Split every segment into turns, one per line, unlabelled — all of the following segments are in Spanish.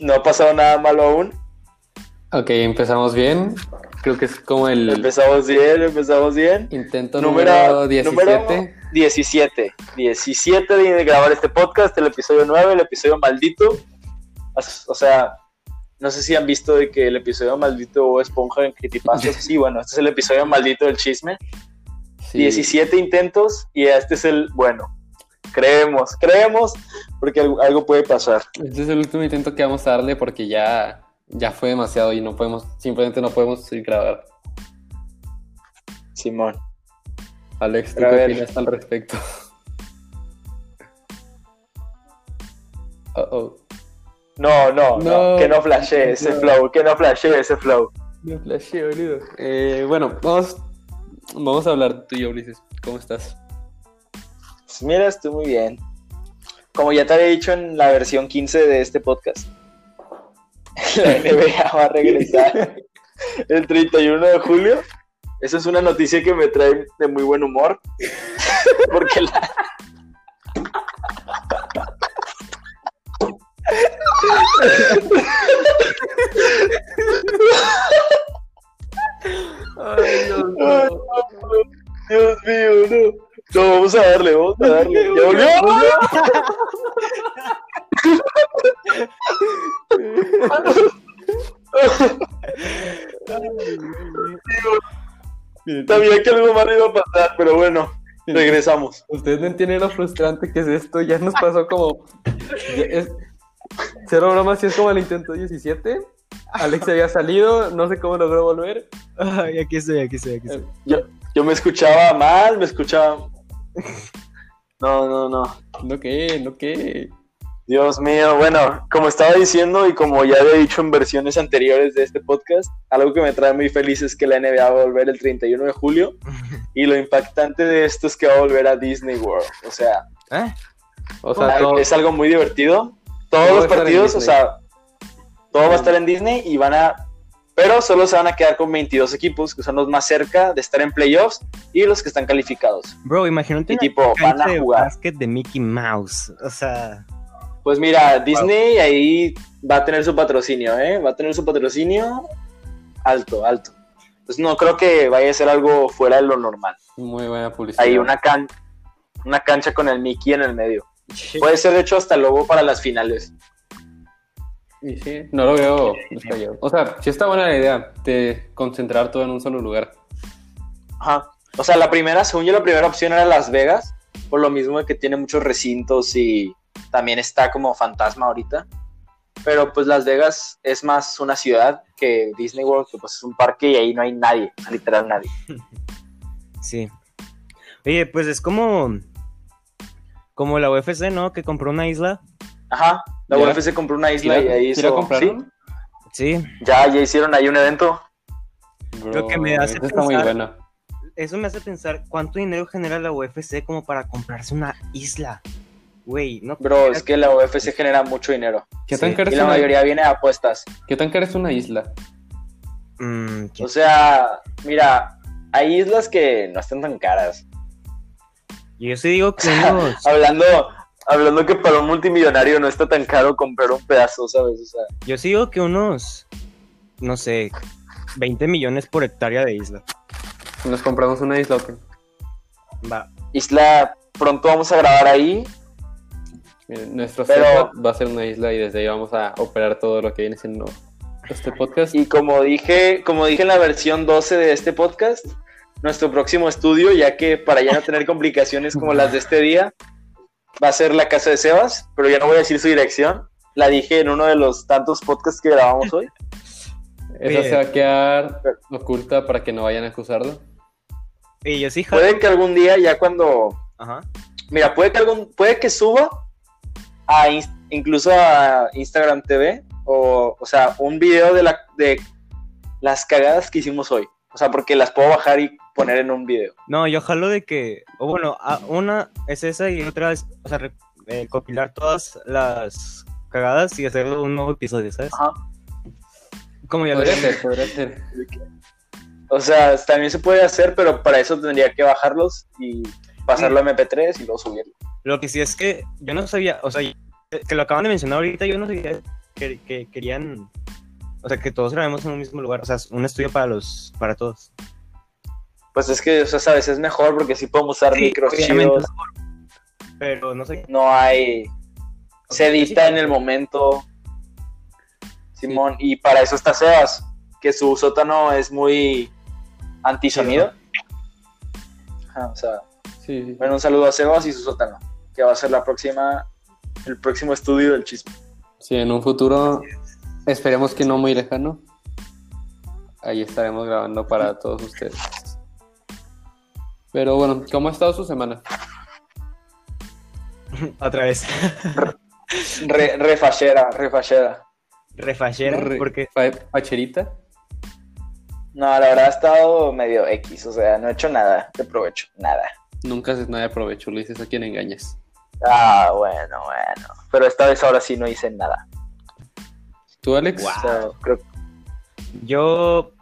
no ha pasado nada malo aún.
Ok, empezamos bien. Creo que es como el
Empezamos bien, empezamos bien.
intento número, 17.
número 17. 17 de grabar este podcast, el episodio 9, el episodio maldito. As- O sea, no sé si han visto de que el episodio maldito o Esponja en Creepypastas. Sí, bueno, este es el episodio maldito del chisme.
Sí.
17 intentos y este es el bueno. Creemos, creemos, porque algo, algo puede pasar.
Este es el último intento que vamos a darle porque ya, ya fue demasiado y no podemos, simplemente no podemos seguir grabar.
Simón.
Alex, ¿tú
Pero a
qué
ver.
opinas al respecto? Oh, oh.
No, no, no,
No.
que no flashee ese
No.
flow, que no flashee ese flow.
Me flashé, boludo. Eh, bueno, vamos, vamos a hablar tú y yo, Ulises. ¿Cómo estás?
Pues mira, estoy muy bien. Como ya te había dicho en la versión 15 de este podcast, la NBA va a regresar el 31 de julio. Eso es una noticia que me trae de muy buen humor. Porque la...
Ay,
Ay, Dios mío, no. No, vamos a darle, vamos a darle. ¡Ya volvió! Sabía que algo malo iba a pasar, pero bueno, regresamos.
Ustedes no entienden lo frustrante que es esto. Ya nos pasó como. ya es- Cero bromas, si es como el intento 17. Alex se había salido, no sé cómo logró volver.
Ay, aquí estoy, aquí estoy, aquí estoy.
Yo, yo me escuchaba mal, me escuchaba. No, no, no.
No que, no que.
Dios mío, bueno, como estaba diciendo y como ya había dicho en versiones anteriores de este podcast, algo que me trae muy feliz es que la NBA va a volver el 31 de julio y lo impactante de esto es que va a volver a Disney World. O sea,
¿Eh?
O sea, todo-
es algo muy divertido. Todos
Todo va a
los
estar en
partidos, o
Disney.
sea, todo va a estar en Disney y van a... Pero solo se van a quedar con 22 equipos, que son los más cerca de estar en playoffs y los que están calificados.
Bro, imagínate
Y
una
tipo, van
cancha
a
de
jugar.
básquet de Mickey Mouse. O sea,
Pues mira, Disney ahí va a tener su patrocinio, ¿eh? Va a tener su patrocinio alto, alto. Pues no creo que vaya a ser algo fuera de lo normal.
muy buena publicidad.
Ahí una, can una cancha con el Mickey en el medio. Puede ser, de hecho, hasta luego para las finales.
Y sí, no lo veo. no sé yo. O sea, sí está buena la idea de concentrar todo en un solo lugar.
Ajá. O sea, la primera, según yo, la primera opción era Las Vegas, por lo mismo de que tiene muchos recintos y también está como fantasma ahorita. Pero pues Las Vegas es más una ciudad que Disney World, que pues es un parque y ahí no hay nadie, literal nadie.
sí. Oye, pues es como. Como la UFC, ¿no? Que compró una isla.
Ajá, la
Ya.
UFC compró una
¿Sí
isla
la,
y ahí
sí la
hizo...
compraron?
¿sí?
Sí.
Ya, ya hicieron ahí un evento.
Bro,
Lo que me hace
eso está muy
pensar-
bueno.
Eso me hace pensar cuánto dinero genera la UFC como para comprarse una isla. Güey, no.
Bro, es que la UFC genera mucho dinero.
¿Qué tan
Sí,
cara
Y
es
la
una-
mayoría viene a apuestas.
¿Qué tan cara es una isla?
Mm, ¿qué?
O sea, mira, hay islas que no están tan caras.
Yo sí digo que unos.
Hablando, hablando que para un multimillonario no está tan caro comprar un pedazo, ¿sabes? O sea,
Yo sí digo que unos. No sé. 20 millones por hectárea de isla.
Nos compramos una isla, ok.
Va.
isla, pronto vamos a grabar ahí.
Miren, nuestro
Pero-
setup va a ser una isla y desde ahí vamos a operar todo lo que viene siendo este podcast.
Y como dije, como dije en la versión 12 de este podcast, nuestro próximo estudio, ya que para ya no tener complicaciones como las de este día, va a ser la casa de Sebas, pero ya no voy a decir su dirección. La dije en uno de los tantos podcasts que grabamos hoy.
Esa
Oye.
se va a quedar oculta para que no vayan a acusarlo.
Y yo sí, jalo.
Puede que algún día, ya cuando
Ajá.
Mira, puede que algún, puede que suba a ins- incluso a Instagram TV o, o sea, un video de la de las cagadas que hicimos hoy. O sea, porque las puedo bajar y poner en un video.
No, yo jalo de que, o bueno, a- una es esa y otra es, o sea, re- eh, compilar todas las cagadas y hacerlo un nuevo episodio, ¿sabes?
Ajá.
Como ya lo
Podría
dije.
ser, podría ser.
O sea, también se puede hacer, pero para eso tendría que bajarlos y pasarlo a
Mm.
MP3 y luego subirlo.
Lo que sí es que yo no sabía, o sea, que lo acaban de mencionar ahorita, yo no sabía que, que querían, o sea, que todos grabemos en un mismo lugar, o sea, un estudio para los, para todos.
Pues es que, o sea, sabes, es mejor porque sí podemos usar
Sí,
micros
obviamente,
chidos.
Pero no sé,
No hay. Se edita en el momento. Simón, y para eso está Sebas, que su sótano es muy antisonido. Ajá, o sea,
Sí, sí.
bueno, un saludo a Sebas y su sótano, que va a ser la próxima, el próximo estudio del chisme.
Sí, en un futuro, esperemos que no muy lejano, ahí estaremos grabando para todos ustedes. Pero bueno, ¿cómo ha estado su semana?
otra vez,
Re, refachera, refachera.
refachera,
Re-
porque
fa- ¿Facherita?
No, la verdad ha estado medio X, o sea, no he hecho nada de provecho, nada.
Nunca haces nada de provecho, le dices a quien engañas.
Ah, bueno, bueno. Pero esta vez ahora sí no hice nada.
¿Tú, Alex?
O sea, creo
yo,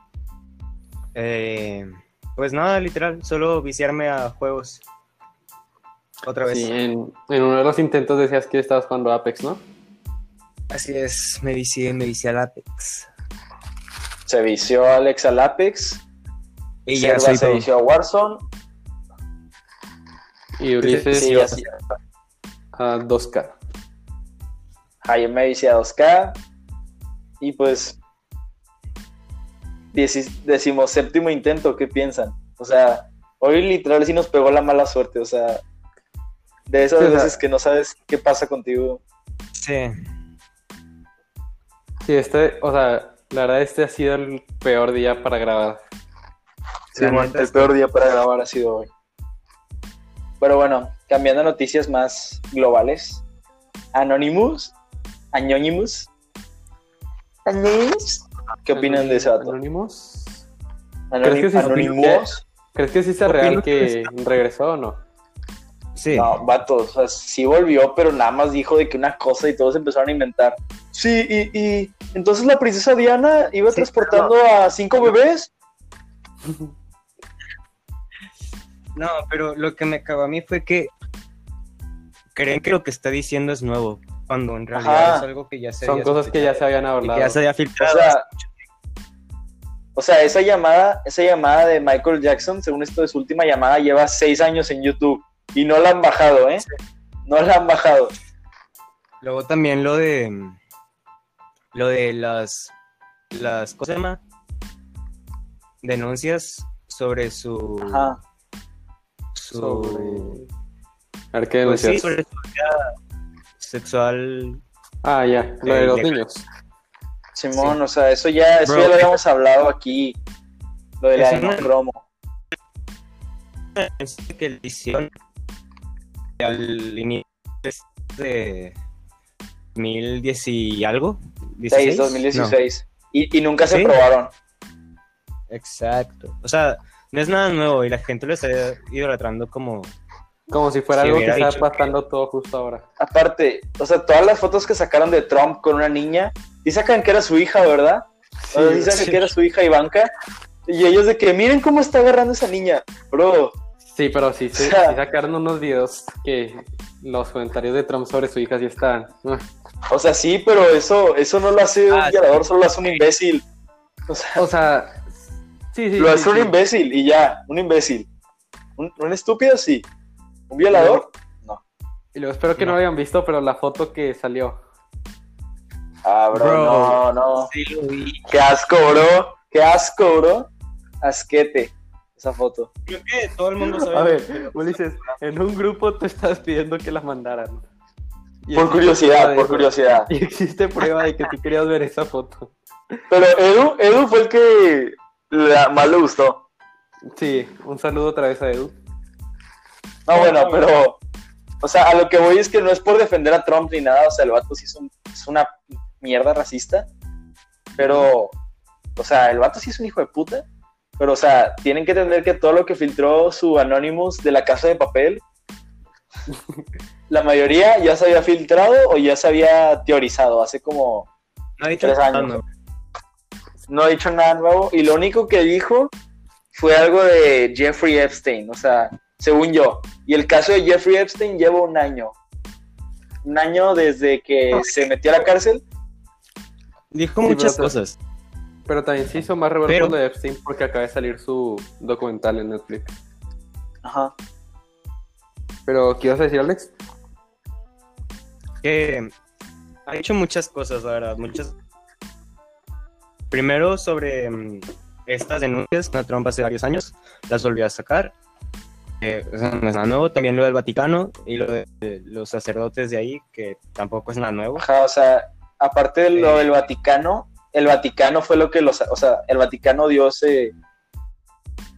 eh, pues nada, literal, solo viciarme a juegos. Otra vez.
Sí, en, en uno de los intentos decías que estabas jugando Apex, ¿no?
Así es, me vicié, me vicié al Apex.
se vició Alex al Apex,
Y
Serva
ya soy
se
todo.
vició a Warzone,
Y Ulises
sí, así.
a 2K.
Jaime vició a 2K, y pues dieci- decimoséptimo intento, ¿qué piensan? O sea, hoy literal sí nos pegó la mala suerte, o sea, de esas
Sí, o sea-
veces que no sabes qué pasa contigo.
Sí.
Sí, este, o sea, la verdad este ha sido el peor día para grabar.
La
Simón,
neta
el
es
peor día para grabar ha sido hoy. Pero bueno, cambiando a noticias más globales. Anonymous. Anonymous. Anonymous. ¿Qué opinan de ese dato?
¿Anónimos? ¿Crees que
Anonim-
sí se
Anonymous.
¿Crees que sí sea
Opino
real
que
que regresó o no?
Sí.
No, vato, o sea, sí volvió, pero nada más dijo de que una cosa y todos empezaron a inventar. Sí, y, y entonces la princesa Diana iba
Sí,
transportando a cinco bebés.
No, pero lo que me cagó a mí fue que creen que lo que está diciendo es nuevo, cuando en realidad
Ajá.
es algo que ya se
Son
había
cosas que ya se habían
escuchado y
hablado.
que ya se había
O
filtrado.
sea, o sea, esa llamada, esa llamada de Michael Jackson, según esto de su última llamada, lleva seis años en YouTube y no la han bajado, ¿eh? No la han bajado.
Luego también lo de lo de las las ¿cómo se llama? denuncias sobre su
Ajá.
su
Sobre- A ver qué
pues sí,
denuncias.
sobre su vida sexual
Ah, ya, lo de
Eh,
los
legal.
niños.
Simón, o sea, eso ya, eso
Bro.
ya lo habíamos hablado aquí. Lo de la
Es
Dino
una-
Cromo.
que le hicieron al inicio de 2010 y algo.
6,
16?
2016. Y, y nunca se
Sí.
probaron.
No, exacto. O sea, no es nada nuevo y la gente lo está idolatrando como...
Como si fuera
Si
algo que
hubiera
está
dicho que-
pasando todo justo ahora.
Aparte, o sea, todas las fotos que sacaron de Trump con una niña, y sacan que era su hija, ¿verdad? O sea, sí sacan
sí.
que era su hija Ivanka. Y ellos de que, miren cómo está agarrando esa niña. Bro,
Sí, pero sí, sí,
O sea-
sí sacaron unos videos que los comentarios de Trump sobre su hija sí están. Ah.
O sea, sí, pero eso, eso no lo hace un
Ah,
violador, solo lo hace un imbécil. O sea,
O sea, sí, sí.
lo
sí,
hace un
sí.
imbécil y ya, un imbécil. Un, un estúpido, sí. Un violador.
Y luego espero que no.
No.
lo hayan visto, pero la foto que salió.
Ah, bro,
Bro.
no, no.
Sí, lo vi.
Qué asco, bro. Qué asco, bro. Asquete esa foto.
Creo que todo el mundo sabe.
A ver, Ulises, en un grupo tú estás pidiendo que la mandaran. Y
Por
existe prueba
curiosidad,
de
por
eso.
curiosidad.
Y existe prueba de que tú querías ver esa foto.
Pero Edu, Edu fue el que la- más le gustó.
Sí, un saludo otra vez a Edu.
No, bueno, pero. O sea, a lo que voy es que no es por defender a Trump ni nada. O sea, el vato sí es, un- es una mierda racista. Pero. O sea, el vato sí es un hijo de puta. Pero, o sea, tienen que entender que todo lo que filtró su Anonymous de la casa de papel. la mayoría ya se había filtrado o ya se había teorizado hace como
No ha dicho
Tres
nada,
años.
no.
no ha dicho nada nuevo y lo único que dijo fue algo de Jeffrey Epstein, o sea, según yo. Y el caso de Jeffrey Epstein lleva un año. Un año desde que se metió a la cárcel
Dijo
Sí,
muchas
pero-
cosas.
Pero también se hizo más revuelo
Pero-
cuando Epstein porque acaba de salir su documental en Netflix.
Ajá.
Pero, ¿qué ibas a decir, Alex?
Que ha hecho muchas cosas, la verdad. Muchas. Primero sobre mm, estas denuncias contra Trump hace varios años. Las volvió a sacar. Eh, o sea, no es nada nuevo. También lo del Vaticano y lo de de los sacerdotes de ahí, que tampoco es nada nuevo.
Ajá, o sea, aparte de lo
Eh.
del Vaticano, el Vaticano fue lo que los, o sea, el Vaticano dio ese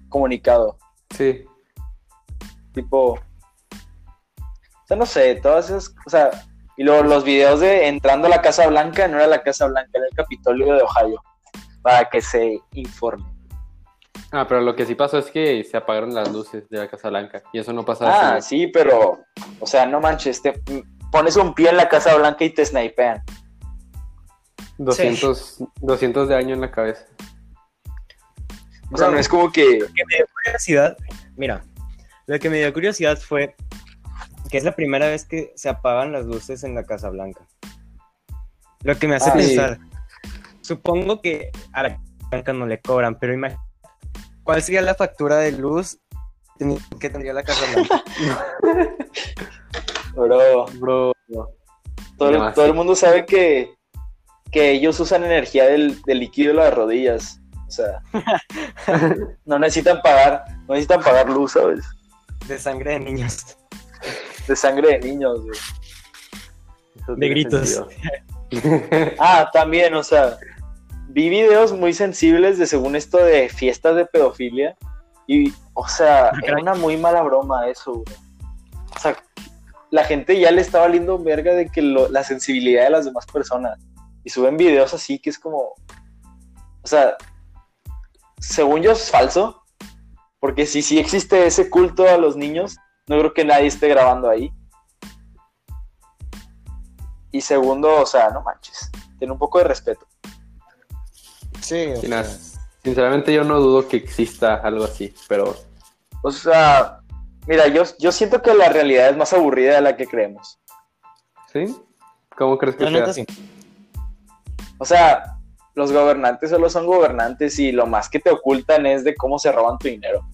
comunicado,
Sí.
tipo, o sea, no sé, todas esas, o sea, y luego los videos de entrando a la Casa Blanca, no era la Casa Blanca, era el Capitolio de Ohio, para que se informe.
Ah, pero lo que sí pasó es que se apagaron las luces de la Casa Blanca. Y eso no pasaba.
Ah, sí, pero, o sea, no manches, te pones un pie en la Casa Blanca y te snipean.
200, 200 de año en la cabeza.
O sea, no es como que,
que me dio curiosidad, mira, lo que me dio curiosidad fue que es la primera vez que se apagan las luces en la Casa Blanca. Lo que me hace
Ah, sí.
pensar, supongo que a la Casa Blanca no le cobran, pero imagínate, ¿cuál sería la factura de luz que tendría la Casa Blanca?
bro,
Bro,
Todo, el-
Demasiado.
todo el mundo sabe que, que ellos usan energía del, del líquido de las rodillas. O sea, no necesitan pagar, no necesitan pagar luz, ¿sabes?
de sangre de niños.
De sangre de niños, güey.
eso
De
tiene
gritos.
sentido.
Ah, también, o sea, vi videos muy sensibles de según esto de fiestas de pedofilia. Y, o sea, era una muy mala broma eso, güey. O sea, la gente ya le está valiendo verga de que lo- la sensibilidad de las demás personas. Y suben videos así que es como. O sea, según yo es falso. Porque si sí existe ese culto a los niños, no creo que nadie esté grabando ahí. Y segundo, o sea, no manches. Ten un poco de respeto.
Sí,
Sí, nada. Sinceramente, yo no dudo que exista algo así. Pero
O sea, mira, yo, yo siento que la realidad es más aburrida de la que creemos.
¿Sí? ¿Cómo crees que
la
sea?
neta sí.
O sea, los gobernantes solo son gobernantes y lo más que te ocultan es de cómo se roban tu dinero.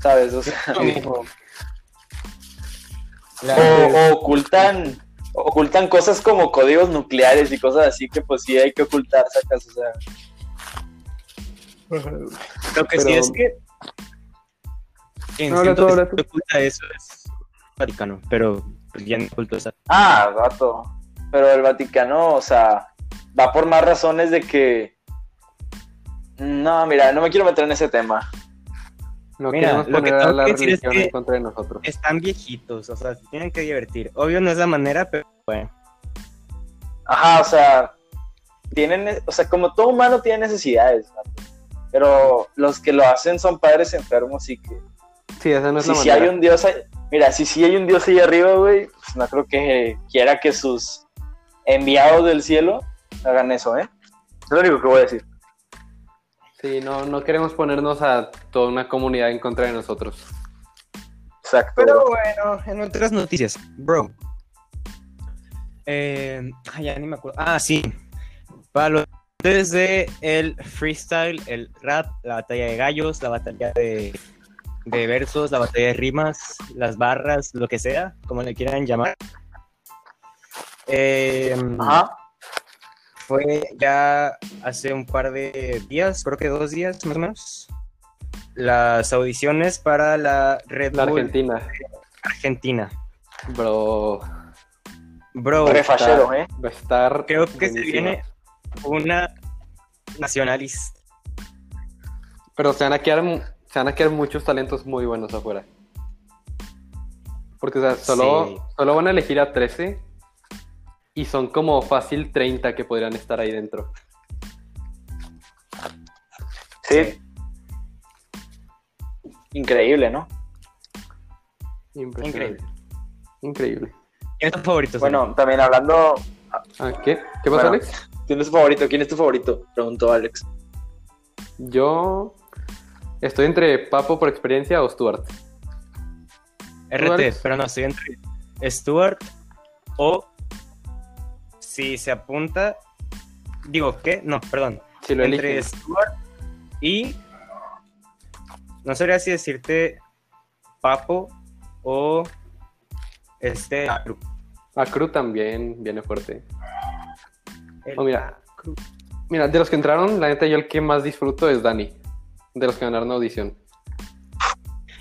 ¿Sabes? O sea,
Lo mismo. La-
o, o ocultan, ocultan cosas como códigos nucleares y cosas así que pues sí hay que ocultar, sacas. O sea,
Lo que sí
Pero-
es que. en
No, habla tú, habla tú.
eso es Vaticano, pero pues, ya no oculta esa.
Ah, vato. Pero el Vaticano, o sea, va por más razones de que. No, mira, no me quiero meter en ese tema.
No
Mira,
queremos
lo que
poner a
tengo
la
que decir es
religión
que-
en contra de nosotros.
Están viejitos, o sea, se tienen que divertir. Obvio no es la manera, pero bueno.
Ajá, o sea, tienen, o sea, como todo humano tiene necesidades, vato. pero los que lo hacen son padres enfermos y que
Sí, esa no es
si,
la
si
manera.
hay un dios, ahí- mira, si sí hay un dios ahí arriba, güey, pues no creo que quiera que sus enviados del cielo hagan eso, ¿eh? Es lo único que voy a decir.
Sí, no, no queremos ponernos a toda una comunidad en contra de nosotros.
Exacto.
Pero bueno, en otras noticias, bro. Eh, ay, ya ni me acuerdo. Ah, sí. Para los desde el freestyle, el rap, la batalla de gallos, la batalla de, de versos, la batalla de rimas, las barras, lo que sea, como le quieran llamar. Eh,
Ajá.
fue ya hace un par de días, creo que dos días más o menos, las audiciones para la Red
La
Bull
Argentina,
Argentina.
bro,
Bro,
Re fachero, ¿eh?
va a estar.
creo que se
buenísima.
viene una nacionalista.
Pero se van, a quedar, mu- se van a quedar muchos talentos muy buenos afuera. Porque, o sea, solo,
Sí.
solo van a elegir a 13 y son como fácil 30 que podrían estar ahí dentro.
Sí. Increíble, ¿no?
Impresionante. Increíble.
¿Quién es tu favorito?
Bueno, también hablando,
Ah, ¿Qué, ¿Qué
Bueno.
pasó, Alex?
¿quién es tu favorito? ¿Quién es tu favorito? Preguntó Alex.
Yo estoy entre Papo por experiencia o Stuart.
RT,
Alex?
pero no, estoy entre Stuart o si se apunta, digo, ¿qué? No, perdón.
Si lo
entre
eliges.
Stuart y no sabría si decirte Papo o este Acru.
A Cruz también viene fuerte.
El
Oh, mira.
Acru.
Mira, de los que entraron, la neta, yo el que más disfruto es Dani. De los que ganaron la audición.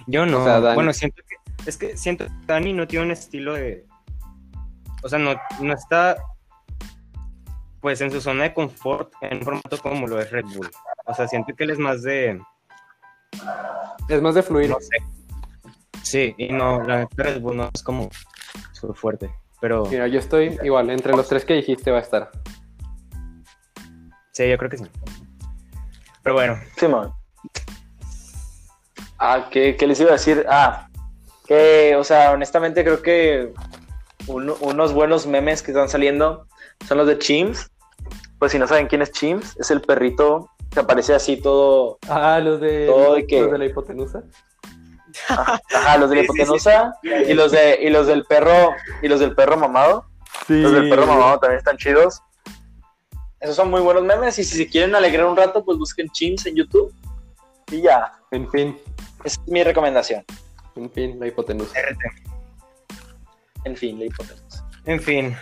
Yo no.
O sea, Dani.
Bueno, siento que es que siento que Dani no tiene un estilo de o sea, no, no está pues en su zona de confort en un formato como lo es Red Bull. O sea, siento que él es más de
Es más de fluir.
no sé. Sí, y no, la neta Red Bull no es como su fuerte, pero
Mira, yo estoy igual, entre los tres que dijiste va a estar.
sí, yo creo que sí. Pero bueno,
Simón. Ah, ¿qué, qué les iba a decir? Ah, que, o sea, honestamente creo que uno- unos buenos memes que están saliendo son los de Chimps. Pues si no saben quién es Chimps, es el perrito que aparece así todo.
Ah, los de,
Todo de que-
los de la hipotenusa.
Ajá, los de la
Sí, sí, sí.
hipotenusa y los de y los del perro y los del perro mamado.
Sí.
Los del perro mamado también están chidos. Esos son muy buenos memes y si se quieren alegrar un rato, pues busquen Chimps en YouTube y ya.
En fin,
Esa es mi recomendación.
en fin, la hipotenusa.
RT.
En fin, la hipotenusa.
En fin,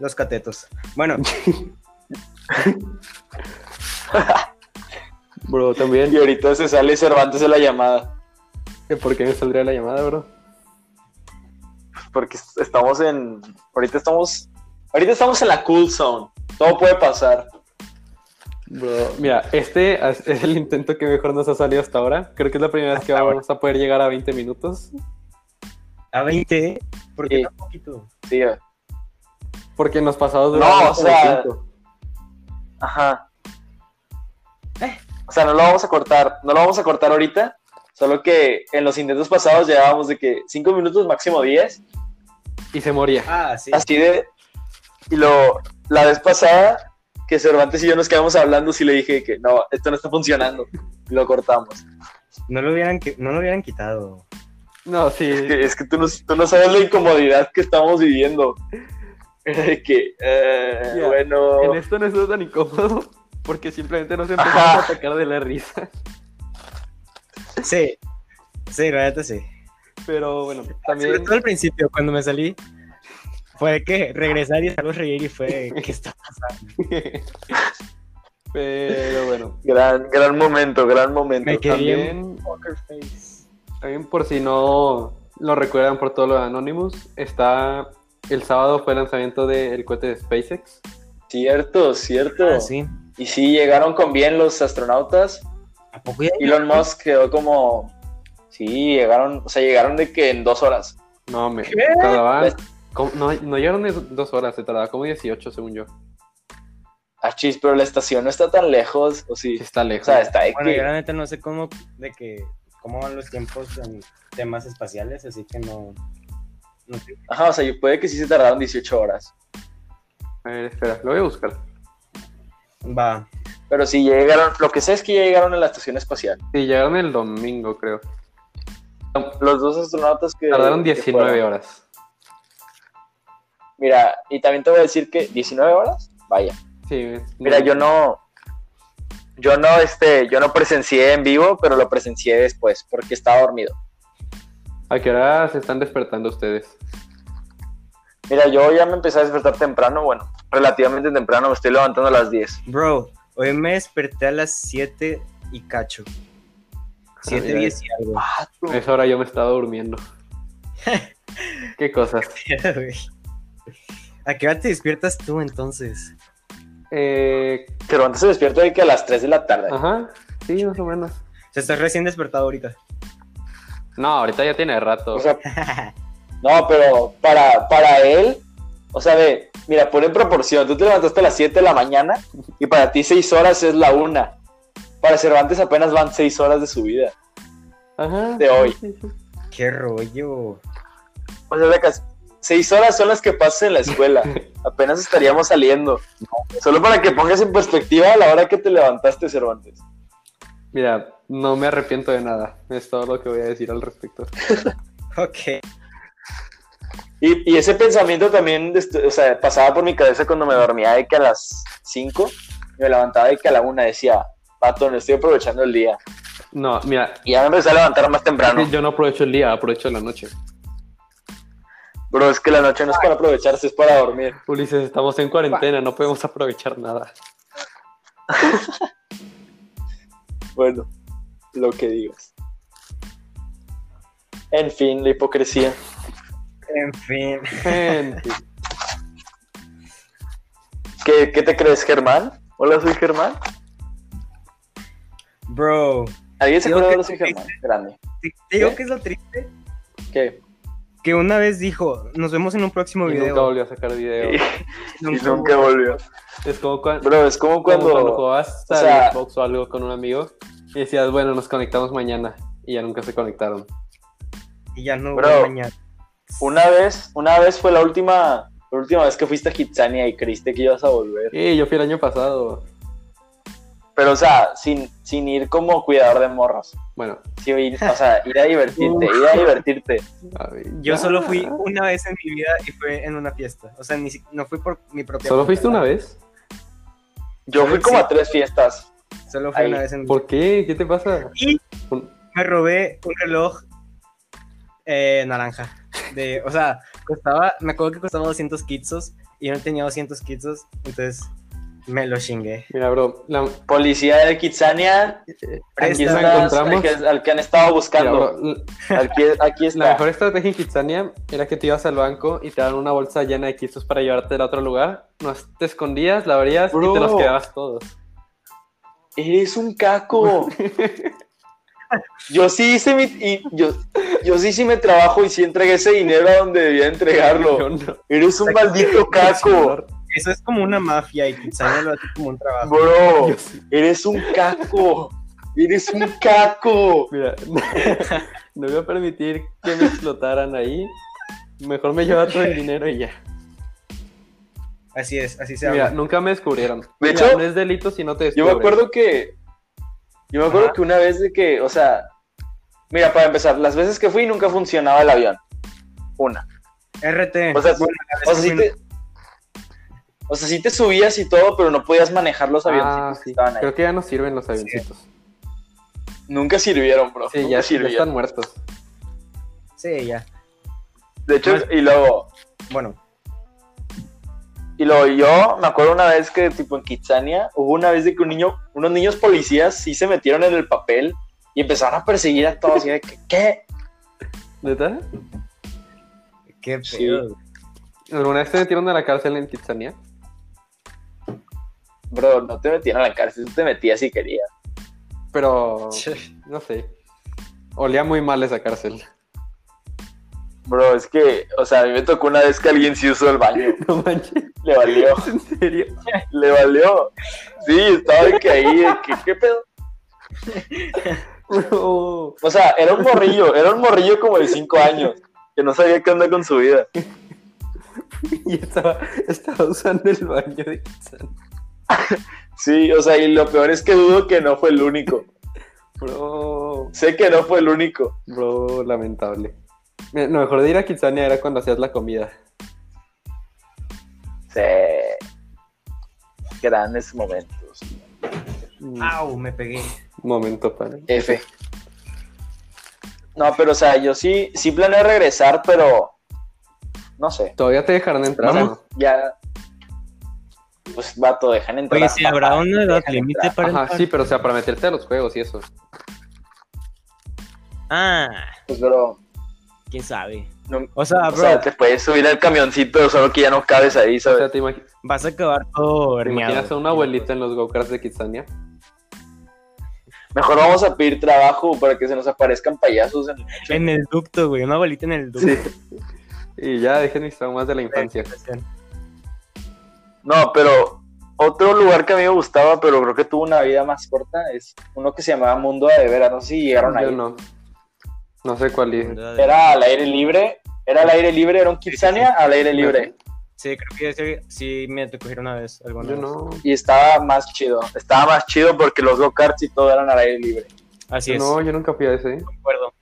los catetos. Bueno,
Bro, también.
Y ahorita se sale Cervantes de la llamada.
¿Por qué me saldría la llamada, bro?
Porque est- estamos en. Ahorita estamos. Ahorita estamos en la cool zone. Todo puede pasar.
Bro, mira, este es es el intento que mejor nos ha salido hasta ahora. Creo que es la primera vez que vamos a poder llegar a 20 minutos.
a 20, porque
Sí.
tan poquito.
Sí.
Porque en los pasados
No,
duramos
o
como
sea-
cinco.
Ajá. O sea, no lo vamos a cortar. No lo vamos a cortar ahorita. Solo que en los intentos pasados llevábamos de que 5 minutos, máximo 10.
Y se moría.
Ah, sí.
Así de. Y lo, la vez pasada que Cervantes y yo nos quedamos hablando, sí le dije que no, esto no está funcionando. Y lo cortamos.
No lo hubieran, qui- no lo hubieran quitado.
No, sí.
Es que, es que tú, no, tú no sabes la incomodidad que estamos viviendo. Era de que, eh,
Ya, En
bueno,
esto no es tan incómodo. Porque simplemente nos empezamos a atacar de la risa.
Sí, sí, la neta sí.
Pero bueno,
Sobre
también.
todo al principio, cuando me salí, fue que regresar y salgo a reír y fue, ¿qué está pasando?
Pero bueno.
gran, gran momento, gran momento.
Me quedé bien.
También También por si no lo recuerdan por todo lo de Anonymous, está el sábado fue el lanzamiento del cohete de SpaceX.
Cierto, cierto.
Ah, sí.
Y sí, llegaron con bien los astronautas.
¿A poco ya?
Elon Musk quedó como, sí, llegaron, o sea, llegaron de que en dos horas.
No, me
¿Qué?
tardaban.
Pues-
como- No, no llegaron de dos horas, se tardaba como 18 según yo.
Ah, chis, pero la estación no está tan lejos, o sí.
Sí, está
O
lejos.
sea, está de
Bueno, yo la
que,
neta no sé cómo, de que, cómo van los tiempos en temas espaciales, así que no... no sé.
ajá, o sea, yo- puede que sí se tardaron 18 horas.
A ver, espera, lo voy a buscar.
Va.
Pero sí, llegaron, lo que sé es que ya llegaron a la estación espacial.
Sí, llegaron el domingo, creo.
Los dos astronautas que...
Tardaron
que
19
fueron.
horas.
Mira, y también te voy a decir que 19 horas, vaya.
Sí, es-
Mira, yo no, yo no, este, yo no presencié en vivo, pero lo presencié después porque estaba dormido.
¿A qué hora se están despertando ustedes?
Mira, yo ya me empecé a despertar temprano, bueno, relativamente temprano, me estoy levantando a las 10.
Bro, hoy me desperté a las 7 y cacho. 7,
mira.
10 y algo.
A esa hora yo me estaba durmiendo. qué cosas.
güey. ¿A qué hora te despiertas tú entonces?
Eh,
Pero antes se despierto de que a las 3 de la tarde.
ajá, sí, más o menos.
O sea, estás recién despertado ahorita.
No, ahorita ya tiene rato.
O sea, no, pero para, para él, o sea, ve, mira, pon en proporción, tú te levantaste a las 7 de la mañana y para ti 6 horas es la 1. Para Cervantes apenas van 6 horas de su vida.
Ajá.
de hoy.
Sí, sí, sí.
Qué rollo.
O sea, sacas, seis horas son las que pasas en la escuela. Apenas estaríamos saliendo. Solo para que pongas en perspectiva la hora que te levantaste, Cervantes.
Mira, no me arrepiento de nada. Es todo lo que voy a decir al respecto.
Ok.
Y, y ese pensamiento también este, o sea, pasaba por mi cabeza cuando me dormía de que a las 5 me levantaba de que a la 1 decía, pato, no estoy aprovechando el día.
No, mira,
Y ya me empecé a levantar más temprano.
yo no aprovecho el día, aprovecho la noche.
Bro, es que la noche no es para aprovecharse, es para dormir.
Ulises, estamos en cuarentena, no podemos aprovechar nada.
Bueno, lo que digas. En fin, la hipocresía.
En fin.
Gente.
¿Qué, qué te crees, Germán? Hola, soy Germán.
Bro,
¿Alguien se
Digo
acuerda de
que
Hola, soy
tú
Germán? Grande.
¿te, te digo
¿Qué?
que es lo triste?
¿Qué?
Que una vez dijo, nos vemos en un próximo
Y
video.
nunca volvió a sacar video.
Y nunca volvió.
Es como cuan- como
Bro, es como
cuando,
cuando.
jugabas
o
al
sea-
Xbox o algo con un amigo y decías, bueno, nos conectamos mañana. Y ya nunca se conectaron.
Y ya no
Bro.
hubo mañana.
Una vez, una vez fue la última, la última vez que fuiste a Kitsania y creíste que ibas a volver.
Y yo fui el año pasado.
Pero, o sea, sin, sin ir como cuidador de morros.
Bueno,
Sí, ir- o sea, ir a divertirte, ir a divertirte.
a ver,
Yo
ya.
solo fui
Ah.
una vez en mi vida y fue en una fiesta. O sea, ni si- no fui por mi propia
¿Solo
cuenta,
fuiste una
¿verdad?
vez?
Yo fui como
Sí.
a tres fiestas.
Solo fui
Ahí.
una vez en
¿Por qué? ¿Qué te pasa?
Y
Un-
me robé un reloj eh, naranja. De, o sea, costaba, me acuerdo que costaba 200 kitsos y yo no tenía 200 kitsos, entonces me lo chingué.
Mira, bro, la- eh,
Policía de Kitsania, aquí
Presta.
nos
está
encontramos.
al que, al que han estado
mira,
buscando.
bro, la-
Aquí, aquí
la
está.
mejor estrategia en Kitsania era que te ibas al banco y te daban una bolsa llena de quistos para llevarte a otro lugar. Nos te escondías, la abrías y
Bro.
te los quedabas todos.
Eres un caco. Yo sí hice mi. y yo, yo sí hice mi trabajo y sí entregué ese dinero a donde debía entregarlo.
Yo no.
Eres un maldito caco,
Eso es como una mafia y Kitsania lo hace como un trabajo.
bro.
Yo sí.
Eres un caco. Eres un caco.
Mira, no voy a permitir que me explotaran ahí. Mejor me llevaba todo el dinero y ya.
Así es, así se
Mira,
habla.
nunca me descubrieron.
De
Mira,
hecho,
no es delito si no te
Yo
descubren.
me acuerdo que. Yo me acuerdo
Ajá.
que una vez de que, o sea. Mira, para empezar, las veces que fui nunca funcionaba el avión. Una.
RT.
O sea,
Bueno, la vez
O sea,
que
sí
fui-
te. O sea, sí te subías y todo, pero no podías manejar los avioncitos
Ah,
que
sí.
estaban ahí.
Creo que ya no sirven los avioncitos.
Nunca sirvieron, bro.
Sí,
nunca
ya, ya
sirvieron.
están muertos.
Sí, ya.
De hecho, y luego,
Bueno,
y luego yo me acuerdo una vez que, tipo, en Kitsania, hubo una vez de que un niño, unos niños policías sí se metieron en el papel y empezaron a perseguir a todos. Y de que, ¿qué?
¿Neta?
qué
Sí.
pedo. güey.
¿Alguna vez te metieron a la cárcel en Kitsania?
Bro, no te metieron a la cárcel, tú te metías si querías.
Pero, no sé. Olía muy mal esa cárcel.
Bro, es que, o sea, a mí me tocó una vez que alguien sí usó el baño.
No manches,
Le valió,
en serio.
le valió. Sí, estaba de que ahí, de que, ¿qué pedo?
No.
O sea, era un morrillo, era un morrillo como de 5 años, que no sabía qué onda con su vida.
Y estaba, estaba usando el baño de Kitsania.
Sí, o sea, y lo peor es que dudo que no fue el único.
Bro.
Sé que no fue el único.
Bro, lamentable. Mira, Lo mejor de ir a Kitsania era cuando hacías la comida.
Sí. Grandes momentos.
Mm,
Au, me pegué.
Momento para.
F. No, pero o sea, yo sí, sí planeo regresar, pero no sé.
Todavía te dejaron entrar.
Vamos.
¿no?
Ya. Pues vato, dejan entrar.
Oye, si habrá una edad límite para
Ajá,
entrar?
sí, pero o sea, para meterte a los juegos y eso.
Ah,
Pues bro.
quién sabe.
no-
O sea,
o
bro,
sea, te puedes subir al camioncito, solo que ya no cabes ahí,
O
¿sabes?
sea, te, imagi-
vas a acabar todo
te
herniado.
imaginas a una abuelita en los go-karts de Kitsania.
Mejor vamos a pedir trabajo para que se nos aparezcan payasos en
En el ducto, güey, una abuelita en el ducto.
Y ya dejen mis traumas de la infancia.
No, pero otro lugar que a mí me gustaba, pero creo que tuvo una vida más corta, es uno que se llamaba Mundo de Veras. No sé si llegaron
Yo
ahí.
no. No sé cuál es.
Era al aire libre. Era al aire libre, era un Kitsania al aire libre.
Sí, creo que ese sí me te cogieron una vez. Alguna
Yo
vez.
no.
Y estaba más chido. Estaba más chido porque los go-karts y todo eran al aire libre.
Así
Yo
es,
no, yo nunca fui a ese. ¿eh?
me acuerdo.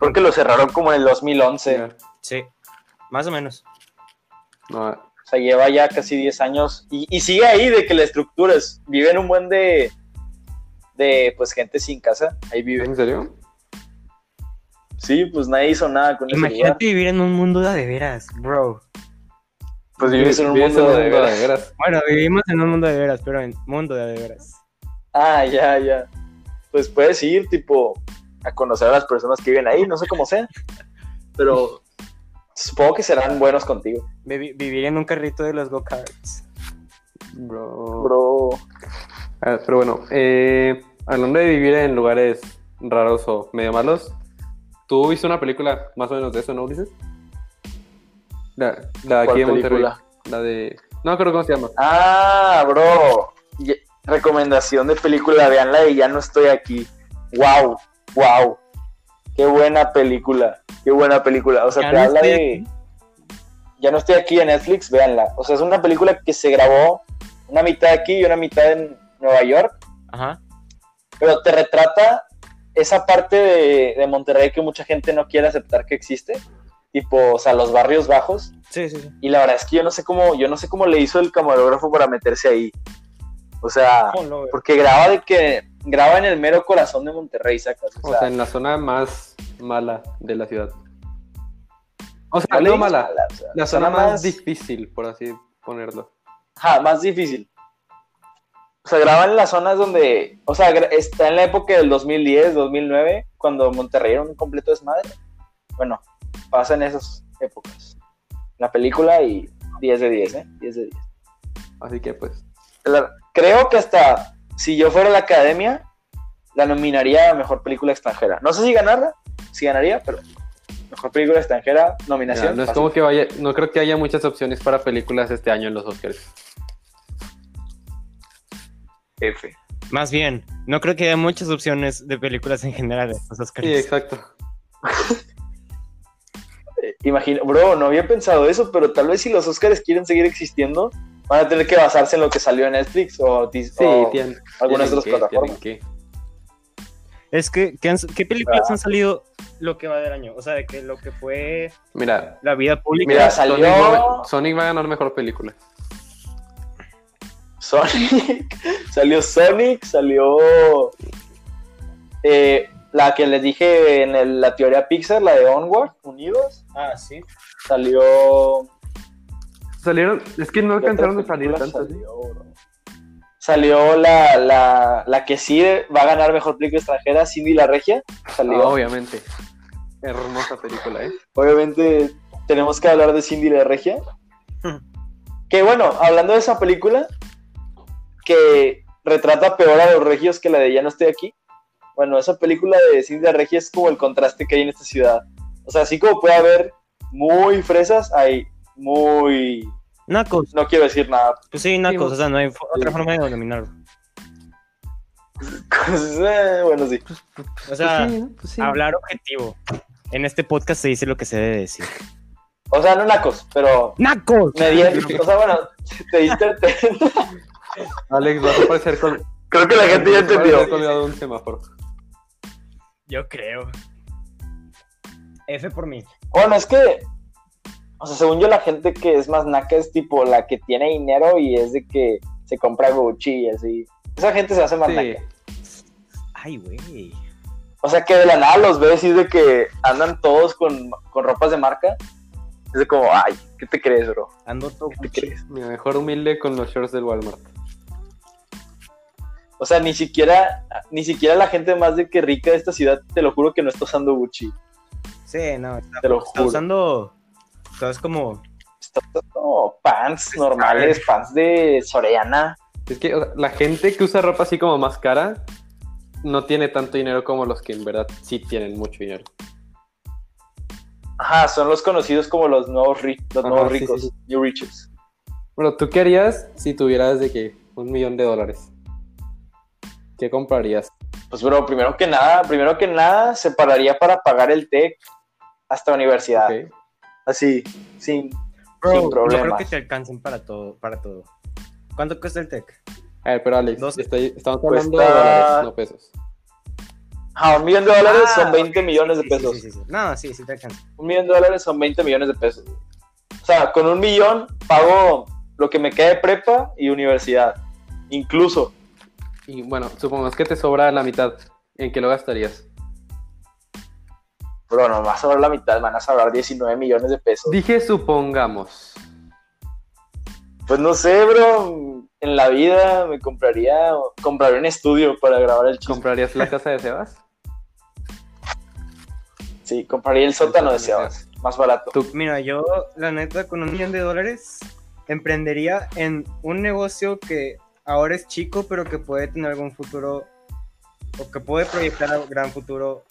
Porque lo cerraron como en el 2011.
Mira,
Sí, más o menos.
No,
O sea, lleva ya casi 10 años y, y sigue ahí de que la estructura es, vive en un buen de, de, pues, gente sin casa, ahí vive.
¿En serio?
Sí, pues nadie hizo nada con ese lugar.
Imagínate vivir en un mundo de veras, bro.
Pues
Vives en un mundo de veras.
Bueno, vivimos en un mundo de veras, pero en mundo de veras.
Ah, ya, ya. Pues puedes ir, tipo, a conocer a las personas que viven ahí, no sé cómo sea. Pero supongo que serán buenos contigo.
Vivi- vivir en un carrito de los go-karts.
Bro.
Bro,
A ver, Ah, pero bueno, eh, hablando de vivir en lugares raros o medio malos, tú viste una película más o menos de eso, ¿no, Ulises? La, la de aquí de
¿cuál
Monterrey.
película?
La de. No, creo cómo se llama.
Ah, bro. Ye- Recomendación de película, veanla de Ya no estoy aquí. Wow, wow. Qué buena película. Qué buena película. O sea,
Ya
te
no
habla
estoy
de. Ya no estoy aquí en Netflix, véanla. O sea, es una película que se grabó una mitad aquí y una mitad en Nueva York.
Ajá.
pero te retrata esa parte de, de Monterrey que mucha gente no quiere aceptar que existe, tipo, o sea, los barrios bajos,
Sí, sí, sí.
y la verdad es que yo no sé cómo, yo no sé cómo le hizo el camarógrafo para meterse ahí, o sea,
Ponlo, güey.
porque graba de que, graba en el mero corazón de Monterrey, sacas, o
O
sea,
sea, en la zona más mala de la ciudad. O sea,
no le
no
digas
mala,
mala, o sea,
la zona más difícil, por así ponerlo.
ajá, más difícil. O sea, graba en las zonas donde, o sea, gra- está en la época del 2010, 2009, cuando Monterrey era un completo desmadre. Bueno, pasa en esas épocas. La película y 10 de 10, ¿eh? 10 de 10.
Así que pues,
La- creo que hasta si yo fuera a la academia, la nominaría a mejor película extranjera. No sé si ganarla, si ganaría, pero mejor película extranjera,
mira,
nominación.
no es
fácil.
como que vaya, no creo que haya muchas opciones para películas este año en los Oscars.
F.
Más bien, no creo que haya muchas opciones de películas en general. en los Oscars.
Sí, exacto.
Eh, Imagino, bro, no había pensado eso, pero tal vez si los Oscars quieren seguir existiendo, van a tener que basarse en lo que salió en Netflix o, Dis-
Sí,
o
tienen-
algunas
tienen
otras
que,
plataformas.
tienen que.
Es que, ¿qué, han- qué películas
Ah.
han salido lo que va del año? O sea, de que lo que fue
Mira,
la vida pública.
Mira,
Sonic
salió-
va- Sonic va a ganar mejor película.
Sonic, salió Sonic, salió eh, la que les dije en el- la teoría Pixar, la de Onward, Unidos,
Ah, sí.
salió...
Salieron, es que no
¿qué
alcanzaron a
otra
salir
película
tantas.
salió, bro? Salió la, la, la que sí va a ganar mejor película extranjera, Cindy la Regia, salió.
Ah, obviamente. Hermosa película, ¿eh?
obviamente tenemos que hablar de Cindy la Regia. que bueno, hablando de esa película, que retrata peor a los regios que la de Ya no estoy aquí. Bueno, esa película de Cindy la Regia es como el contraste que hay en esta ciudad. O sea, así como puede haber muy fresas, hay muy...
Nacos.
No quiero decir nada.
Pues sí, Nacos.
bueno.
O sea, no hay fo- otra forma de denominarlo.
Eh, bueno, sí.
O sea,
Pues sí, ¿no? Pues sí.
hablar objetivo. En este podcast se dice lo que se debe decir.
O sea, no nacos, pero...
¡Nacos!
Me dieron... O sea, bueno, te diste... te-
Alex va a aparecer con.
Creo que la gente ya entendió.
colgado un semáforo.
Yo creo. F por mí.
Bueno, es que, o sea, según yo, la gente que es más naca es tipo la que tiene dinero y es de que se compra Gucci y así. Esa gente se hace más
Sí.
naca.
Ay, güey.
O sea, que de la nada los ves y es de que andan todos con, con ropas de marca. Es de como, ay, ¿qué te crees, bro?
Ando todo.
¿Qué te crees?
Mira, mejor humilde con los shorts del Walmart.
O sea, ni siquiera, ni siquiera la gente más de que rica de esta ciudad, te lo juro que no está usando Gucci.
Sí, no. Está,
Te lo
está
juro.
usando. Sabes como.
Está usando pants normales, pants de Soriana.
Es que o sea, la gente que usa ropa así como más cara no tiene tanto dinero como los que en verdad sí tienen mucho dinero.
Ajá, son los conocidos como los nuevos, ri- los
Ajá,
nuevos
sí,
ricos,
sí,
new riches.
Bueno, ¿tú qué harías si tuvieras de que un millón de dólares? ¿Qué comprarías?
Pues, bro, primero que nada, primero que nada, se pararía para pagar el TEC hasta universidad.
Ok.
Así, sin,
Bro,
sin
no creo
problema.
que te alcancen para todo, para todo. ¿Cuánto cuesta el tech?
A ver, pero Alex,
No sé. Pues
estoy- estamos hablando
Cuesta-
de dólares, no pesos.
Ah, un millón de dólares
Ah,
son 20 millones de
sí, sí,
pesos.
sí, sí, sí. No, sí, sí te alcanza.
Un millón de dólares son 20 millones de pesos. O sea, con un millón pago lo que me quede de prepa y universidad. Incluso.
Y bueno, supongamos que te sobra la mitad. ¿En qué lo gastarías?
Pero no me vas a sobrar la mitad, me van a sobrar 19 millones de pesos.
Dije supongamos.
Pues no sé, bro. En la vida me compraría, compraría un estudio para grabar el chisme.
¿Comprarías la casa de Sebas?
sí, compraría el sótano de Sebas, más barato.
Mira, yo, la neta, con un millón de dólares, emprendería en un negocio que ahora es chico, pero que puede tener algún futuro, o que puede proyectar a un gran futuro.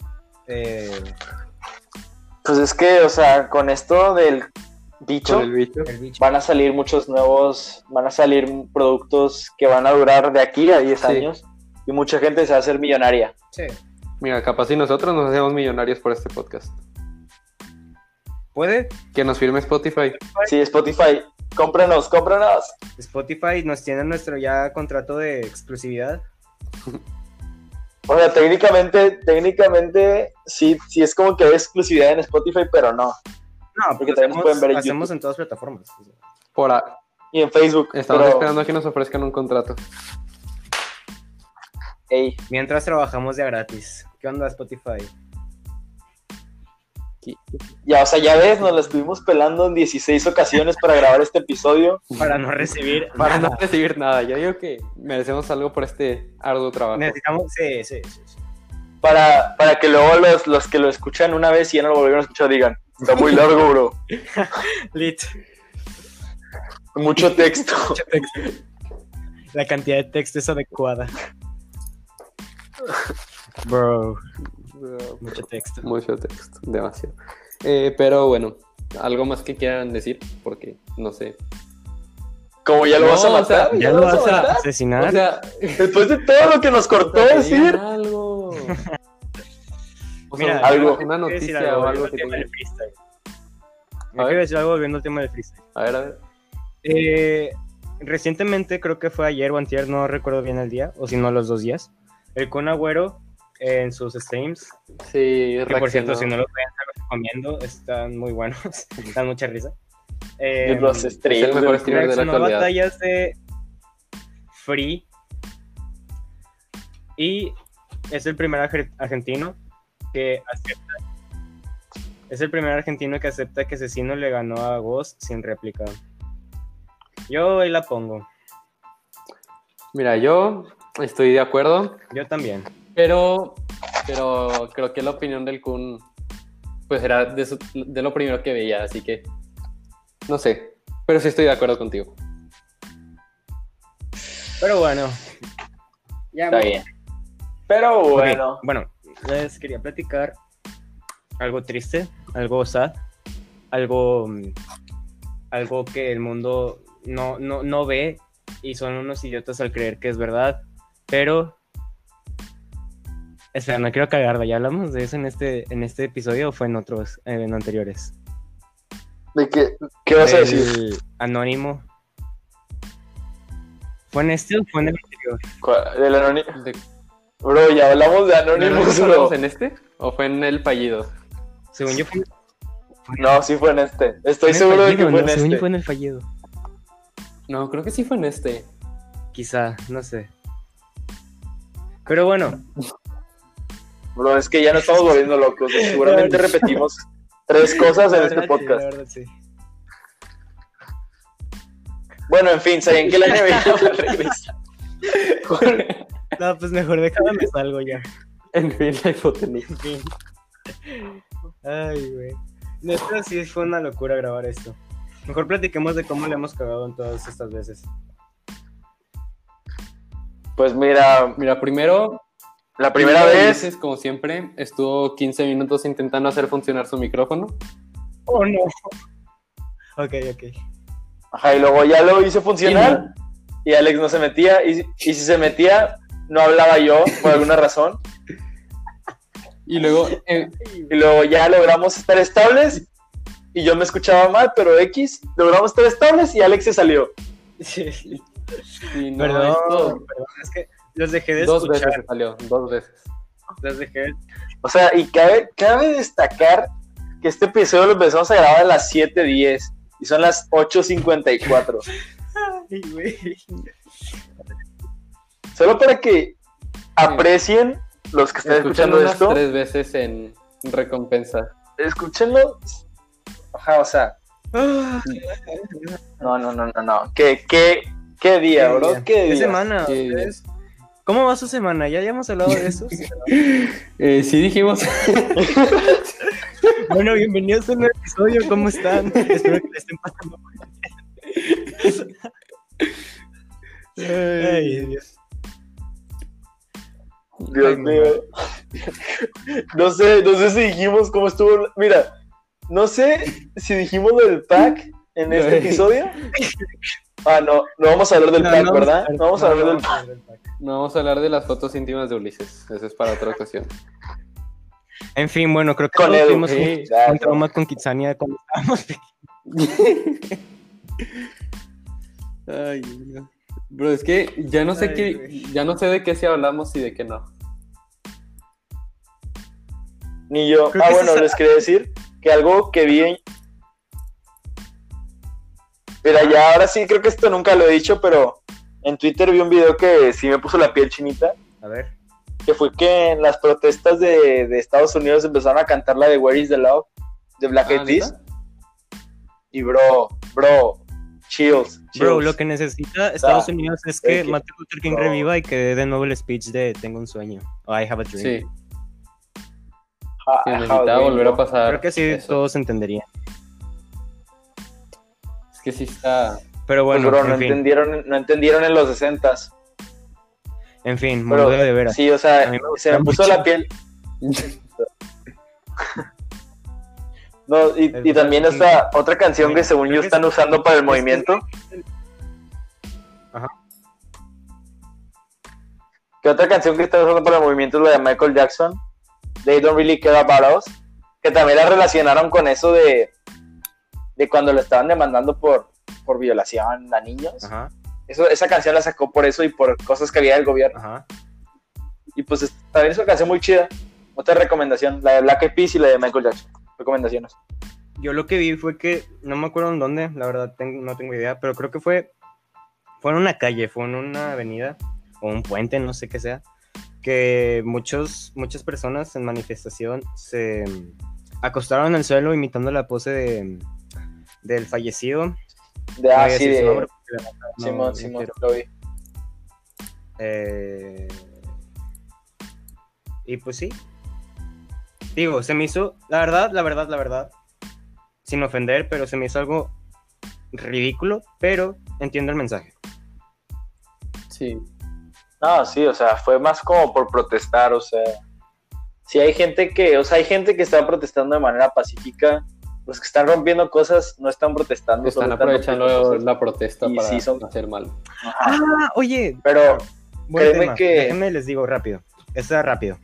eh,
Pues es que, o sea, con esto del bicho,
Con el bicho.
el bicho.
van a salir muchos nuevos, van a salir productos que van a durar de aquí a 10
Sí.
años y mucha gente se va a hacer millonaria.
Sí.
Mira, capaz si nosotros nos hacemos millonarios por este podcast.
Puede.
Que nos firme Spotify.
Sí, Spotify, cómpranos, cómpranos.
Spotify nos tiene nuestro ya contrato de exclusividad.
O sea, técnicamente, técnicamente, sí, sí es como que hay exclusividad en Spotify, pero no.
No,
Porque
porque
también
hacemos,
pueden ver en
hacemos en todas las plataformas.
Por a-
Y en Facebook,
Estamos
pero,
esperando a que nos ofrezcan un contrato.
ey,
Mientras trabajamos ya gratis. ¿Qué onda Spotify?
ya, o sea, ya ves, nos la estuvimos pelando en 16 ocasiones para grabar este episodio.
Para no recibir.
Para
nada.
no recibir nada. Yo digo que merecemos algo por este arduo trabajo.
Necesitamos. Sí, sí, sí. sí.
para, para que luego los, los que lo escuchan una vez y ya no lo volvieron a escuchar digan, está muy largo, bro.
Lit.
Mucho texto.
La cantidad de texto es adecuada. Bro, mucho texto.
Mucho texto, demasiado. Eh, pero bueno, algo más que quieran decir, porque no sé.
Como ya lo
No,
vas a
o
matar.
sea,
ya lo vas a matar.
asesinar.
O sea,
Después de todo lo que nos cortó
que digan
decir,
algo. O sea,
Mira,
una-
algo.
Una
Quiero decir
noticia
algo,
o
volviendo
algo
al
que
tema del
tengan.
freestyle.
A
Yo
ver.
quiero decir algo volviendo al tema del freestyle.
A ver, a ver.
Eh, recientemente, creo que fue ayer o antier, no recuerdo bien el día, o si no los dos días, el Kun Agüero eh, en sus streams,
Sí,
que por cierto,
reaccionó.
si no los ven, se los recomiendo, están muy buenos, dan mucha risa. Eh,
los
Es el
streams.
mejor streamer de la
reaccionó a
actualidad.
batallas de Free y es el primer arge- argentino que acepta. Es el primer argentino que acepta que Asesino le ganó a Ghost sin réplica. Yo ahí la pongo.
Mira, yo estoy de acuerdo,
Yo también.
pero, pero creo que la opinión del Kun pues era de, su- de lo primero que veía, así que no sé, pero sí estoy de acuerdo contigo.
Pero bueno. Ya
Está
me-
bien. Pero
Ok,
bueno,
Bueno, les quería platicar algo triste, algo sad, algo, mm, algo que el mundo no, no, no ve y son unos idiotas al creer que es verdad, pero... Espera, no quiero cagarla, ¿ya hablamos de eso en este, en este episodio o fue en otros, eh, en anteriores?
¿de qué, qué vas a
El
decir?
Anónimo. ¿Fue en este o fue en el anterior?
¿Cuál- Del anónimo.
De-
Bro, ya hablamos de
¿No
Anonymous, bro.
hablamos en este? ¿O fue en el fallido?
Según yo fue
No, sí fue en este. Estoy
en el
seguro de que
fallido,
fue
¿no?
en
Según yo
este.
fue en el fallido.
No, creo que sí fue en este.
Quizá, no sé. Pero bueno,
Bro, es que ya no estamos volviendo locos. Seguramente repetimos tres cosas en
La
este
verdad,
podcast.
sí, la verdad, sí.
Bueno, en fin, sabían que la NBA regresa.
No, pues mejor déjame me salgo ya.
en fin, la hipotenusa.
En fin. Ay, güey. Neta, sí fue una locura grabar esto. Mejor platiquemos de cómo le hemos cagado en todas estas veces.
Pues mira,
Mira, primero,
la primera vez.
Ulises, como siempre, estuvo 15 minutos intentando hacer funcionar su micrófono.
Oh, no. Ok, ok.
Ajá, y luego ya lo hice funcionar. Y Alex no se metía. Y, y si se metía, no hablaba yo por alguna razón.
Y luego, eh,
Y luego ya logramos estar estables. Y yo me escuchaba mal, pero X. Logramos estar estables y Alex se salió.
Sí.
y no,
Perdón,
esto
perdón, es que los dejé de
dos
escuchar.
veces salió, dos veces.
las dejé.
O sea, y cabe, cabe destacar que este episodio lo empezamos a grabar a las 7.10 y son las 8.54.
Ay, güey.
Solo para que aprecien los que están escuchando
Escuchando unas
esto,
tres veces en recompensa.
escúchenlo. Ajá, o sea,
Ah,
no, no, no, no, no. ¿Qué, qué, qué día, bro? ¿Qué
¿Qué
día?
Ah,
semana?
Sí.
ustedes? ¿Cómo va su semana? ¿Ya habíamos hablado de eso?
Eh, sí dijimos.
bueno, bienvenidos a un nuevo episodio. ¿Cómo están? Espero que le estén pasando. muy bien. Ay, Dios.
Dios
Ay,
mío. No sé, no sé si dijimos cómo estuvo. Mira, no sé si dijimos lo del pack en este
No.
episodio. Ah, no, no vamos a hablar del
No,
pack,
no vamos
¿verdad? No vamos a hablar del pack.
No vamos a hablar de las fotos íntimas de Ulises. Eso es para otra ocasión.
En fin, bueno, creo que
Con
todos
Edu.
tuvimos un-
Sí.
un trauma con Kitsania cuando estábamos pequeños.
Ay, no. Bro, es que ya no sé
Ay,
qué,
güey.
ya no sé de qué sí hablamos y de qué no. Ah,
Ni yo.
Creo
ah,
que
bueno,
esa-
les quería decir que algo que vi en... Mira, ya ahora sí, creo que esto nunca lo he dicho, pero en Twitter vi un video que sí me puso la piel chinita,
A ver.
que fue que en las protestas de, de Estados Unidos empezaron a cantar la de Where is the Love, de Black
Ah,
Eyed Peas,
¿neta?
y bro, bro, chills, chills.
Bro, lo que necesita Estados
sea,
Unidos es
es
que
que-
Martin Luther King
bro.
reviva y que dé de nuevo el speech de Tengo un sueño. o I have a dream.
Sí, sí,
Ah,
necesitaba
ah,
volver a
bro.
pasar.
Creo que sí,
eso.
todos entenderían.
Es que sí está.
Pero
Pues,
bueno,
bro,
en,
no
fin,
entendieron, no entendieron en los 60s.
en fin,
Bro,
monudo Mm, de veras.
Sí, o
A
sea,
mí me
se me puso
gusta mucho.
la piel. No, y,
Es
y también
verdad,
esta otra canción
Mira,
que según
creo
yo
que
están
sí.
usando para el
Es este, que-
movimiento.
Ajá.
Que otra canción que están usando para el movimiento es la de Michael Jackson, They Don't Really Care About Us, que también la relacionaron con eso de, de cuando lo estaban demandando por, por violación a niños.
Ajá,
Eso, esa canción la sacó por eso y por cosas que había del gobierno.
ajá.
Y pues es- también es una canción muy chida. Otra recomendación, la de Black Eyed Peas y la de Michael Jackson. Recomendaciones.
Yo lo que vi fue que, no me acuerdo en dónde, la verdad tengo- no tengo idea, pero creo que fue, fue en una calle, fue en una avenida o un puente, no sé qué sea, que muchos, muchas personas en manifestación se mm, acostaron en el suelo imitando la pose de, mm, del fallecido.
De
No voy a
así
decir
Ah, de
su nombre porque la verdad no-
Simón,
no
Simón,
quiero.
lo vi.
Eh, y pues sí. Digo, se me hizo, la verdad, la verdad, la verdad, sin ofender, pero se me hizo algo ridículo, pero entiendo el mensaje.
Sí.
No, sí, o sea, fue más como por protestar, o sea. Si hay gente que, o sea, hay gente que está protestando de manera pacífica, los que están rompiendo cosas no están protestando,
Están
solo están rompiendo
aprovechando
cosas.
la protesta
Y
para
sí son-
hacer mal.
Ajá.
Ah, oye,
Pero
buen
Créeme
tema.
que-
Déjenme les digo rápido. Está rápido.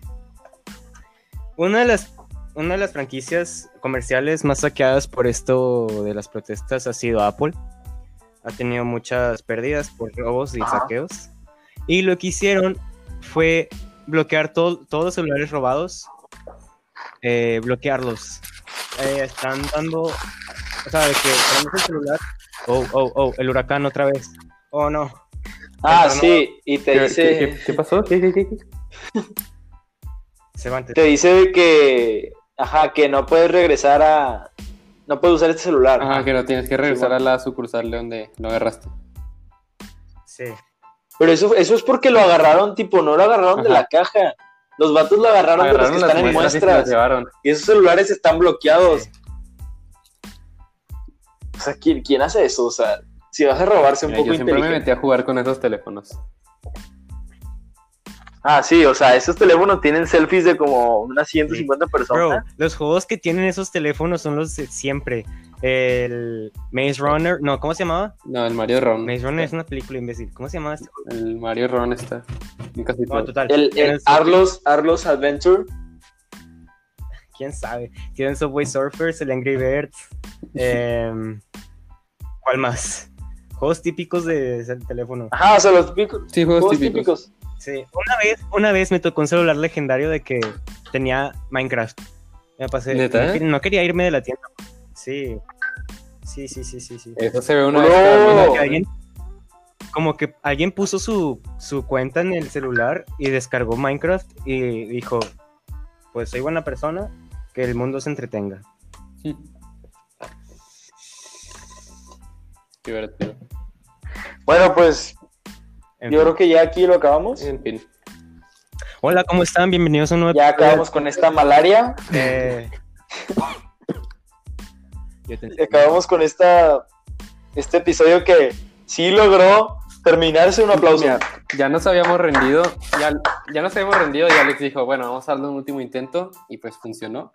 Una de las una de las franquicias comerciales más saqueadas por esto de las protestas ha sido Apple. Ha tenido muchas pérdidas por robos y
Ajá.
saqueos. Y lo que hicieron fue bloquear to- todos los celulares robados. eh, bloquearlos. Eh, están dando. O sea, de que prendes el celular. Oh, oh, oh, el huracán otra vez. Oh, no.
ah,
pero no-
sí, y te
¿Qué,
dice
qué- qué- qué pasó? ¿Qué- qué- qué- qué?
Se van
te dice que ajá, que no puedes regresar a no puedes usar este celular.
Ah, que no tienes que regresar
Sí, bueno.
a la sucursal de donde lo agarraste.
Sí.
Pero eso, eso es porque lo agarraron, tipo, no lo agarraron de
Ajá.
la caja. Los vatos lo agarraron, de los que están en
muestras y se
muestras.
las llevaron.
Y esos celulares están bloqueados. O sea, ¿quién, quién hace eso? O sea, si vas a robarse un
Mira,
poco
yo siempre me
inteligente.
metí a jugar con esos teléfonos.
Ah, sí, o sea, esos teléfonos tienen selfies de como unas 150
Bro,
personas.
los juegos que tienen esos teléfonos son los de siempre. El Maze Runner, no, ¿cómo se llamaba?
No, el Mario Ron.
Maze Runner es una película imbécil. ¿Cómo se llamaba este juego?
El Mario Ron está. en casi
No,
todo.
total.
el el
tienen Subway-
Arlos, Arlos Adventure.
¿Quién sabe? Tienen Subway Surfers, el Angry Birds. em, ¿Cuál más? Juegos típicos de, del teléfono.
Ajá, o sea, los típicos.
Sí, juegos
Juegos
típicos.
típicos.
Sí, una vez, una vez me tocó un celular legendario de que tenía Minecraft. Me pasé.
¿Neta?
No, que- no quería irme de la tienda. Sí. Sí, sí, sí, sí, sí.
Eso se ve una
¡No!
vez cada
Como que
mes.
alguien, como que alguien puso su, su cuenta en el celular y descargó Minecraft y dijo, pues soy buena persona, que el mundo se entretenga.
Qué divertido.
Bueno, pues
En
yo
fin.
creo que ya aquí lo acabamos.
En fin.
Hola, ¿cómo están? Bienvenidos a un nuevo
Ya
episodio
acabamos con esta malaria.
de- Yo te-
y Acabamos con esta este episodio que sí logró terminarse un aplauso.
Mira, ya nos habíamos rendido. Ya, ya nos habíamos rendido y Alex dijo, bueno, vamos a darle un último intento. Y pues funcionó.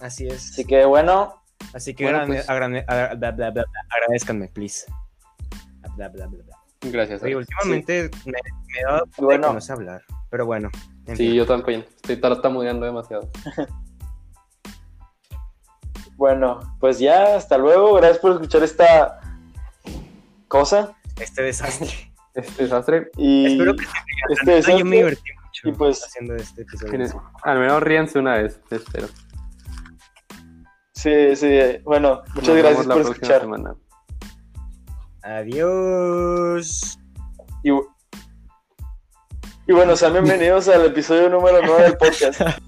Así es.
Así que bueno,
Así que
Bueno,
agrade-
pues.
agrade- agra- bla, bla, bla, bla, agradezcanme, please. Bla, bla, bla, bla.
Gracias.
Oye,
Alex.
últimamente me, me he dado cuenta
Bueno.
que no sé hablar, pero bueno. en
Sí,
fin.
yo también. Estoy tartamudeando demasiado.
bueno, pues ya, hasta luego. Gracias por escuchar esta cosa.
Este desastre.
Este desastre.
Y
Espero que
este
Ah, yo
desastre-
me divertí mucho
Y pues-
haciendo este episodio.
Tienes- Al menos ríanse una vez, espero.
Sí, sí. Bueno, muchas
Nos vemos
gracias
la
por
próxima
escuchar.
semana.
Adiós.
Y, bu- y bueno, sean bienvenidos al episodio número 9 del podcast.